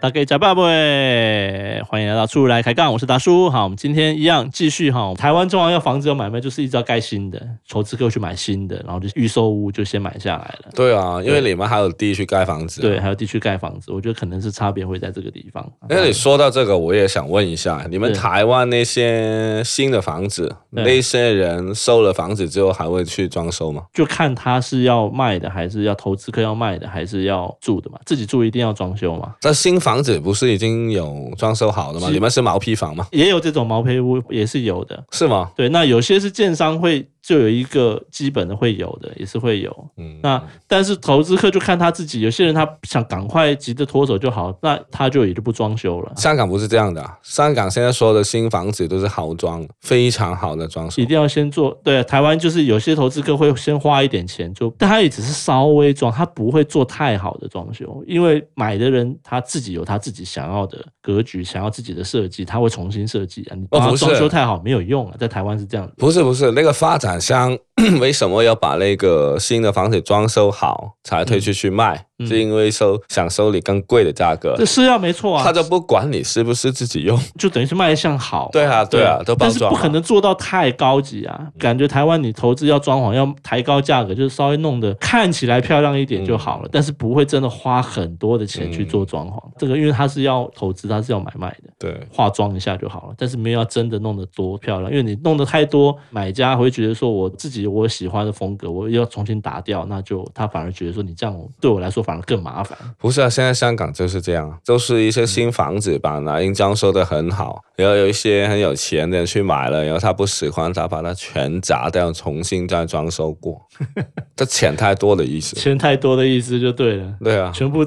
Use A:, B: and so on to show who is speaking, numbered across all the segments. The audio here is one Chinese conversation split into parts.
A: 大家假爸喂，欢迎来到出来开杠，我是达叔。好，我们今天一样继续哈，台湾中央要房子有买卖，就是一直要盖新的，投资客去买新的，然后就预售屋就先买下来了。
B: 对啊，因为你们还有地去盖房子、啊。
A: 对，还有地区盖房子，我觉得可能是差别会在这个地方。啊
B: 哎那你说到这个，我也想问一下，你们
A: 对
B: 台湾那些新的房子，
A: 对
B: 那些人收了房子之后还会去装修吗？
A: 就看他是要卖的，还是要投资客要卖的，还是要住的嘛？自己住一定要装修嘛？
B: 那新房子不是已经有装修好的吗？
A: 是
B: 你们是毛坯房吗？
A: 也有这种毛坯屋，也是有的。
B: 是吗？
A: 对，那有些是建商会就有一个基本的会有的，也是会有。
B: 嗯，
A: 那但是投资客就看他自己，有些人他想赶快急着脱手就好，那他就也就不装修了，
B: 香港不是这样的啊、香港现在所有的新房子都是豪装，非常好的装修
A: 一。定要先做。对，啊台湾就是有些投资客会先花一点钱就，但他也只是稍微装，他不会做太好的装修，因为买的人他自己有他自己想要的格局，想要自己的设计，他会重新设计啊。你帮他
B: 哦不是
A: 装修太好没有用啊，在台湾是这样的。
B: 不是不是，那个发展商 为什么要把那个新的房子装修好才推出去卖？
A: 嗯
B: 是因为收想收你更贵的价格
A: 这，是要没错啊，
B: 呃他就不管你是不是自己 用。
A: 就等于是卖相好嘛。
B: 对啊对啊嗯都包
A: 但是
B: 装
A: 不
B: 嘛
A: 可能做到太高级啊。感觉台湾你投资要装潢要抬高价格，就是稍微弄得看起来漂亮一点
B: 嗯
A: 就好了，但是不会真的花很多的钱去做装潢。
B: 嗯
A: 这个因为它是要投资，它是要买卖的。
B: 对，
A: 化妆一下就好了，但是没有要真的弄得多漂亮，因为你弄得太多，买家会觉得说我自己我喜欢的风格，我要重新打掉，那就他反而觉得说你这样对我来说反而更麻烦。
B: 不是啊，现在香港就是这样，就是一些新房子本来应装修的很好，然后有一些很有钱的人去买了，然后他不喜欢，他把它全砸掉，重新再装修过， 这钱太多的意思。
A: 钱太多的意思就对了，
B: 对啊，
A: 全部。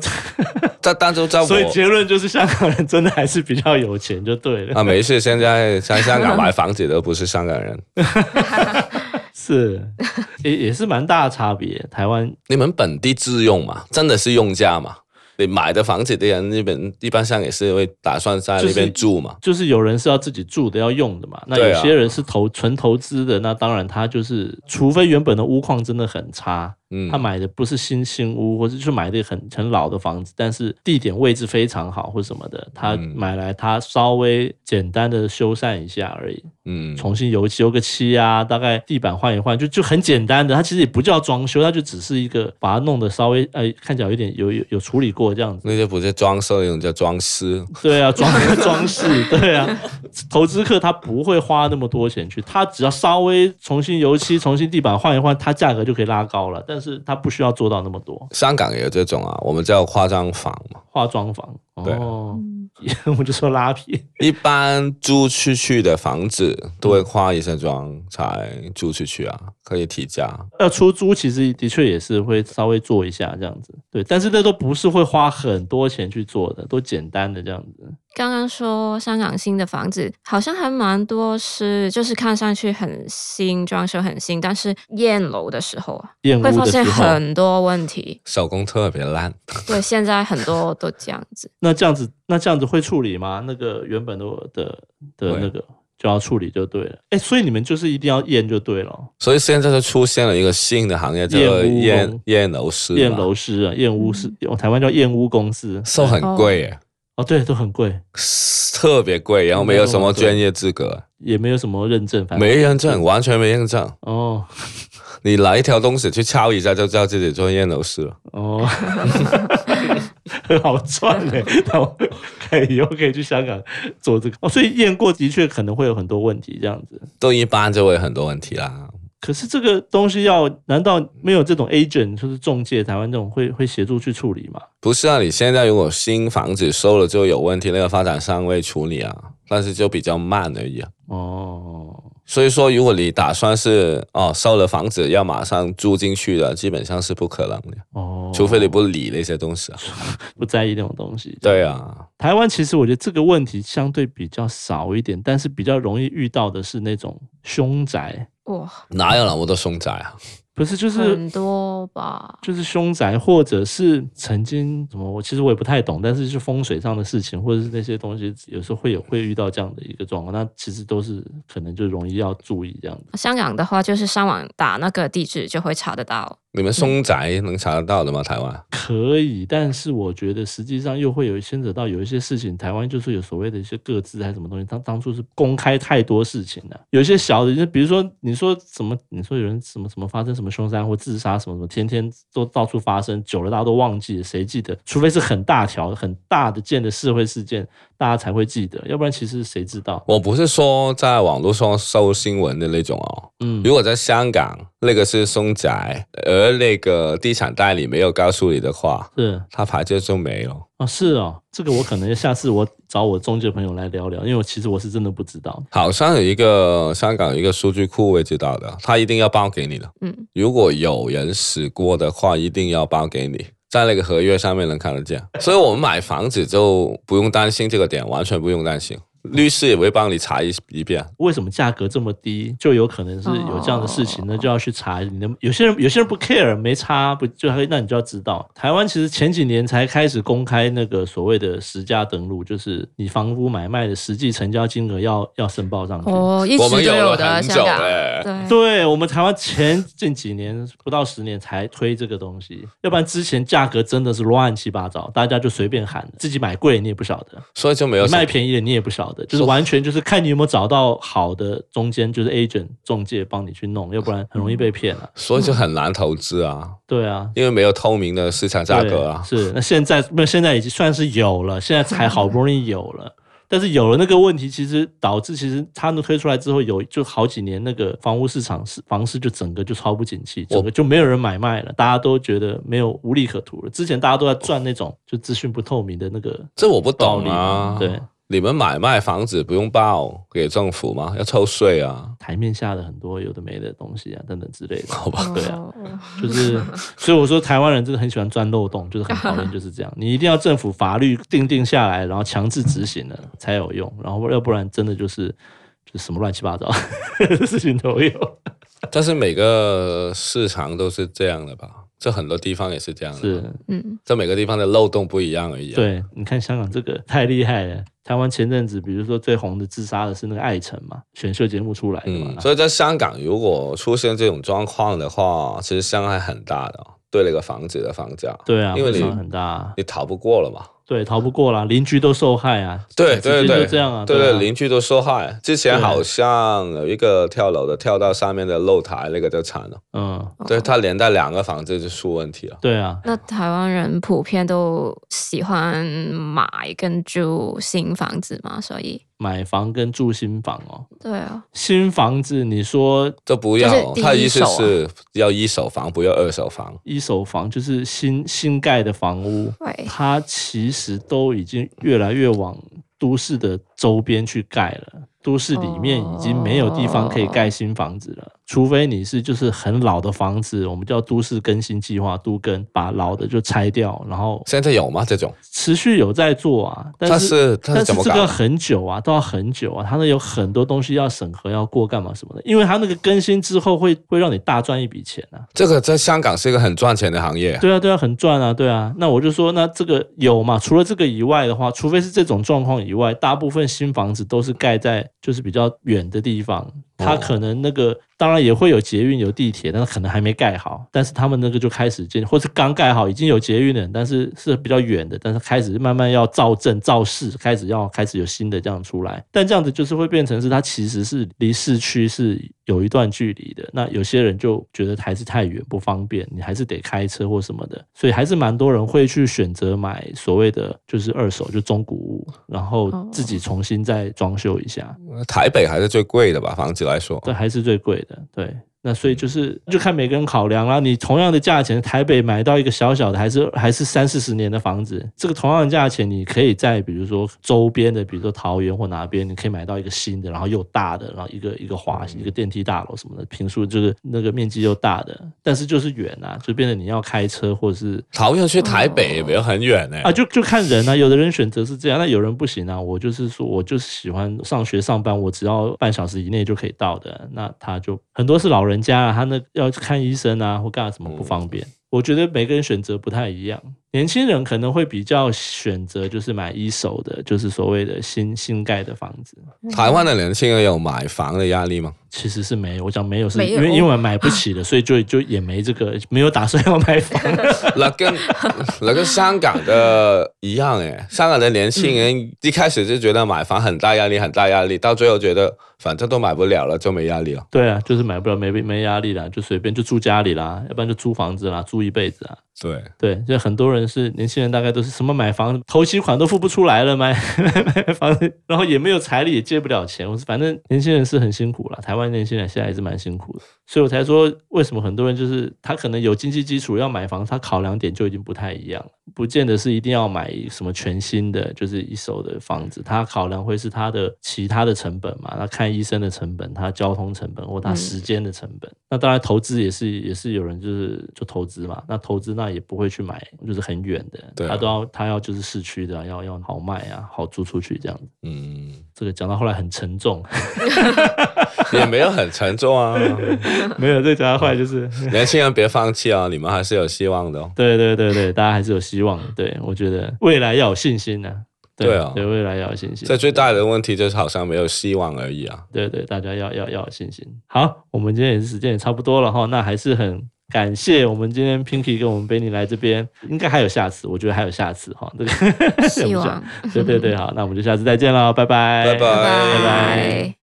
B: 在当中在我
A: 所以结论就是香港人真的还是比较有钱就对了。
B: 啊，没事，现在在香港买房子都不是香港人。
A: 是，也也是蛮大的差别。台湾
B: 你们本地自用嘛，真的是用家嘛？你买的房子的人，那边一般上也是会打算在那边住嘛。
A: 就是有人是要自己住的，要用的嘛。那
B: 对
A: 有
B: 啊
A: 些人是投纯投资的，那当然他就是，除非原本的屋况真的很差，
B: 嗯
A: 他，买的不是新新屋，或者去买的很很老的房子，但是地点位置非常好或什么的，他
B: 嗯
A: 买来他稍微简单的修缮一下而已，
B: 嗯，
A: 重新油漆油个漆啊，大概地板换一换，就就很简单的，它其实也不叫装修，它就只是一个把它弄得稍微呃看起来有点有有有处理过这样子。
B: 那些不是装修，那种叫装饰。
A: 对啊，装装饰，对啊，投资客他不会花那么多钱去，他只要稍微重新油漆、重新地板换一换，它价格就可以拉高了，但是他不需要做到那么多
B: 香港也有这种啊，我们叫夸张房嘛。
A: 化妆房。
B: 对
A: 哦，我就说拉皮，
B: 一般租出去的房子都会夸一下张才租出去啊，可以提价。
A: 要出租呃其实的确也是会稍微做一下这样子，对，但是那都不是会花很多钱去做的，都简单的这样子。
C: 刚刚说香港新的房子好像还蛮多是，就是看上去很新，装修很新，但是验楼的时候啊，
A: 厌恶
C: 会发
A: 的时
C: 现
A: 候，
C: 很多问题。
B: 手工特别烂，
C: 对，现在很多都这样子。
A: 那这样子，那这样子会处理吗？那个原本的的的
B: 会
A: 那个就要处理就对了。哎，所以你们就是一定要验就对了哦，
B: 所以现在就出现了一个新的行业，叫
A: 验屋
B: 验
A: 工
B: 验楼师嘛，
A: 验楼师啊，验屋是，
B: 嗯
A: 我台湾叫验屋公司，
B: 收很贵耶，
A: 哦，对，都很贵，
B: 特别贵，然后没有什么专业资格。
A: 也没有什么认证，反正
B: 没认证，完全没认证。
A: 哦
B: 你拿一条东西去抄一下，就知道自己做验楼师了。
A: 哦， 很好赚 哎，那我可以以后可以去香港做这个哦，所以验过的确可能会有很多问题这样子。
B: 都一般就会有很多问题啦。
A: 可是这个东西要，难道没有这种 agent，就是中介，台湾这种会会协助去处理吗？
B: 不是啊，你现在如果新房子收了就有问题，那个发展商会处理啊，但是就比较慢而已啊。
A: 哦，
B: 所以说，如果你打算是哦收了房子要马上住进去的，基本上是不可能的，
A: 哦，
B: 除非你不理那些东西啊。
A: 不在意那种东西。
B: 对啊，
A: 台湾其实我觉得这个问题相对比较少一点，但是比较容易遇到的是那种凶宅。
C: 哇，
B: 哪有那么多凶宅啊？
A: 不是就是
C: 很多吧？
A: 就是凶宅，或者是曾经什么，我其实我也不太懂，但是是风水上的事情，或者是那些东西，有时候会有会遇到这样的一个状况，那其实都是可能就容易要注意这样子。
C: 香港的话，就是上网打那个地址就会查得到。
B: 你们凶宅能查得到的吗？台湾？
A: 可以，但是我觉得实际上又会有牵扯到有一些事情，台湾就是有所谓的一些各自还是什么东西，当当初是公开太多事情了、有一些小的，就比如说你说什么，你说有人什么什么发生什么凶杀案或自杀什么什么，天天都到处发生，久了大家都忘记了，谁记得？除非是很大条、很大的件的社会事件，大家才会记得，要不然其实谁知道？
B: 我不是说在网络上搜新闻的那种哦。
A: 嗯
B: 如果在香港，那个是凶宅，而那个地产代理没有告诉你的话，
A: 是
B: 他牌照就没了。
A: 哦，是哦，这个我可能下次我找我中介朋友来聊聊，因为我其实我是真的不知道。
B: 好像有一个香港有一个数据库，我也知道的，他一定要报给你的。
C: 嗯，
B: 如果有人死过的话，一定要报给你，在那个合约上面能看得见。所以我们买房子就不用担心这个点，完全不用担心。律师也会帮你查一 一遍，
A: 为什么价格这么低，就有可能是有这样的事情，那就要去查。你的有些人有些人不 care，没差，不就还那你就要知道。台湾其实前几年才开始公开那个所谓的实价登录，就是你房屋买卖的实际成交金额要要申报上去。
C: 哦，一直
B: 我
C: 都
B: 们有了
C: 的
B: 很久哎
C: 香港，
B: 嘞
C: 对，
A: 对我们台湾前近几年不到十年才推这个东西，要不然之前价格真的是乱七八糟，大家就随便喊，自己买贵你也不晓得，
B: 所以就没有
A: 你
B: 什么
A: 卖便宜的你也不晓得，就是完全就是看你有没有找到好的中间，就是 agent 中介帮你去弄，要不然很容易
B: 嗯
A: 被骗了、
B: 所以就很难投资啊，
A: 对啊，
B: 因为没有透明的市场价格啊。
A: 对是那现在那现在已经算是有了，现在才好不容易有 了。但是有了那个问题，其实导致其实他们推出来之后有就好几年那个房屋市场是房市就整个就超不景气，
B: 我
A: 整个就没有人买卖了，大家都觉得没有无利可图了。之前大家都在赚那种就资讯不透明的那个
B: 这我不
A: 暴
B: 懂
A: 利，
B: 啊。
A: 对，
B: 你们买卖房子不用报给政府吗？要抽税啊？
A: 台面下的很多有的没的东西啊等等之类的。
B: 好吧，
A: 对啊
C: 哦，
A: 就是，所以我说台湾人真的很喜欢钻漏洞，就是很讨厌就是这样。你一定要政府法律定定下来，然后强制执行了才有用，然后要不然真的就是就是什么乱七八糟的 事情都有。
B: 但是每个市场都是这样的吧？这很多地方也是这样的，
A: 是，
C: 嗯，
B: 这每个地方的漏洞不一样而已、啊。，
A: 对，你看香港这个太厉害了。台湾前阵子，比如说最红的自杀的是那个艾辰嘛，选秀节目出来的嘛，
B: 嗯，所以在香港如果出现这种状况的话，其实伤害很大的哦，对那个房子的房价，
A: 对啊，
B: 因为你
A: 影响很大啊，
B: 你逃不过了嘛。
A: 对，逃不过啦，邻居都受害啊，
B: 对
A: 直接
B: 对对，
A: 就这样啊，
B: 对
A: 对啊
B: 邻居都受害。之前
A: 对
B: 好像有一个跳楼的，跳到上面的露台，那个就惨了。
A: 嗯，
B: 对他连带两个房子就出问题了。
A: 对啊，
C: 那台湾人普遍都喜欢买跟住新房子嘛，所以
A: 买房跟住新房哦，
C: 对啊，
A: 新房子你说
B: 这不
C: 就
B: 要，
C: 是第一
B: 他意思
C: 手啊
B: 是要一手房，不要二手房。
A: 一手房就是新新盖的房屋，
C: 对，
A: 它其实都已经越来越往都市的周边去盖了。都市里面已经没有地方可以盖新房子了，除非你是就是很老的房子，我们叫都市更新计划，都更把老的就拆掉，然后
B: 现在有吗？这种？
A: 持续有在做啊。但
B: 他
A: 是
B: 是他是
A: 但是
B: 怎么
A: 这
B: 搞
A: 个
B: 的？
A: 很久啊，都要很久啊，它那有很多东西要审核、要过干嘛什么的，因为它那个更新之后会会让你大赚一笔钱啊。
B: 这个在香港是一个很赚钱的行业。
A: 对啊，对啊，很赚啊，对啊。那我就说，那这个有嘛？除了这个以外的话，除非是这种状况以外，大部分新房子都是盖在就是比较远的地方，它
B: 哦
A: 可能那个、当然也会有捷运、有地铁，但是可能还没盖好。但是他们那个就开始建，或是刚盖好已经有捷运了，但是是比较远的，但是开始慢慢要造镇、造势，开始要开始有新的这样出来。但这样子就是会变成是它其实是离市区是有一段距离的。那有些人就觉得还是太远不方便，你还是得开车或什么的，所以还是蛮多人会去选择买所谓的就是二手，就中古屋，然后
C: 哦
A: 自己重新再装修一下。
B: 台北还是最贵的吧，房子来说。
A: 对，还是最贵的。对，那所以就是就看每个人考量啦。你同样的价钱，台北买到一个小小的，还是还是三四十年的房子，这个同样的价钱，你可以在比如说周边的，比如说桃园或哪边，你可以买到一个新的，然后又大的，然后一个一个华一个电梯大楼什么的，平数就是那个面积又大的，但是就是远啊，就变得你要开车或者是
B: 桃园去台北也没有很远呢、
A: 啊，就就看人啊，有的人选择是这样，那有人不行啊。我就是说，我就是喜欢上学上班，我只要半小时以内就可以到的，那他就很多是老人人家啊，他那要去看医生啊或干嘛什么不方便。我觉得每个人选择不太一样，年轻人可能会比较选择就是买一手的，就是所谓的新新盖的房子，
B: 台湾的年轻人有买房的压 力吗？
A: 其实是没有。我讲没有是
C: 没有
A: 因为因为我买不起了，所以就就也没这个没有打算要买房。
B: 那跟那跟香港的一样诶，香港的年轻人一开始就觉得买房很大压力，很大压力，到最后觉得反正都买不了了，就没压力了。
A: 对啊，就是买不了没没压力啦，就随便就住家里啦，要不然就租房子啦，租一辈子啊。
B: 对，
A: 对，就很多人是年轻人，大概都是什么买房，头期款都付不出来了，买 买房子，然后也没有财力，也借不了钱。我是反正年轻人是很辛苦了，台湾年轻人现在也是蛮辛苦的，所以我才说为什么很多人就是他可能有经济基础要买房，他考量点就已经不太一样了，不见得是一定要买什么全新的，就是一手的房子，他考量会是他的其他的成本嘛，他看医生的成本，他交通成本或他
C: 嗯
A: 时间的成本。那当然投资也是也是有人就是就投资嘛，那投资那也不会去买就是很远的，
B: 对啊
A: 他都要他要就是市区的啊、要要好卖啊，好租出去这样子。
B: 嗯，
A: 这个讲到后来很沉重，
B: 也没有很沉 重啊。
A: 没有，这个讲到后来 就是
B: 年轻人别放弃啊，你们还是有希望的哦。
A: 对对对对，大家还是有希望的。对我觉得未来要有信心呢、对
B: 对啊
A: 对未来要有信心。
B: 这最大的问题就是好像没有希望而已啊。
A: 对对，大家要要要有信心。好，我们今天也是时间也差不多了哈，那还是很感谢我们今天 Pinky 跟我们 Benny 来这边，应该还有下次，我觉得还有下次哈。这个
C: 希望。
A: 对对对，好，那我们就下次再见喽，拜拜，
B: 拜拜
C: 拜
A: 拜
C: 拜。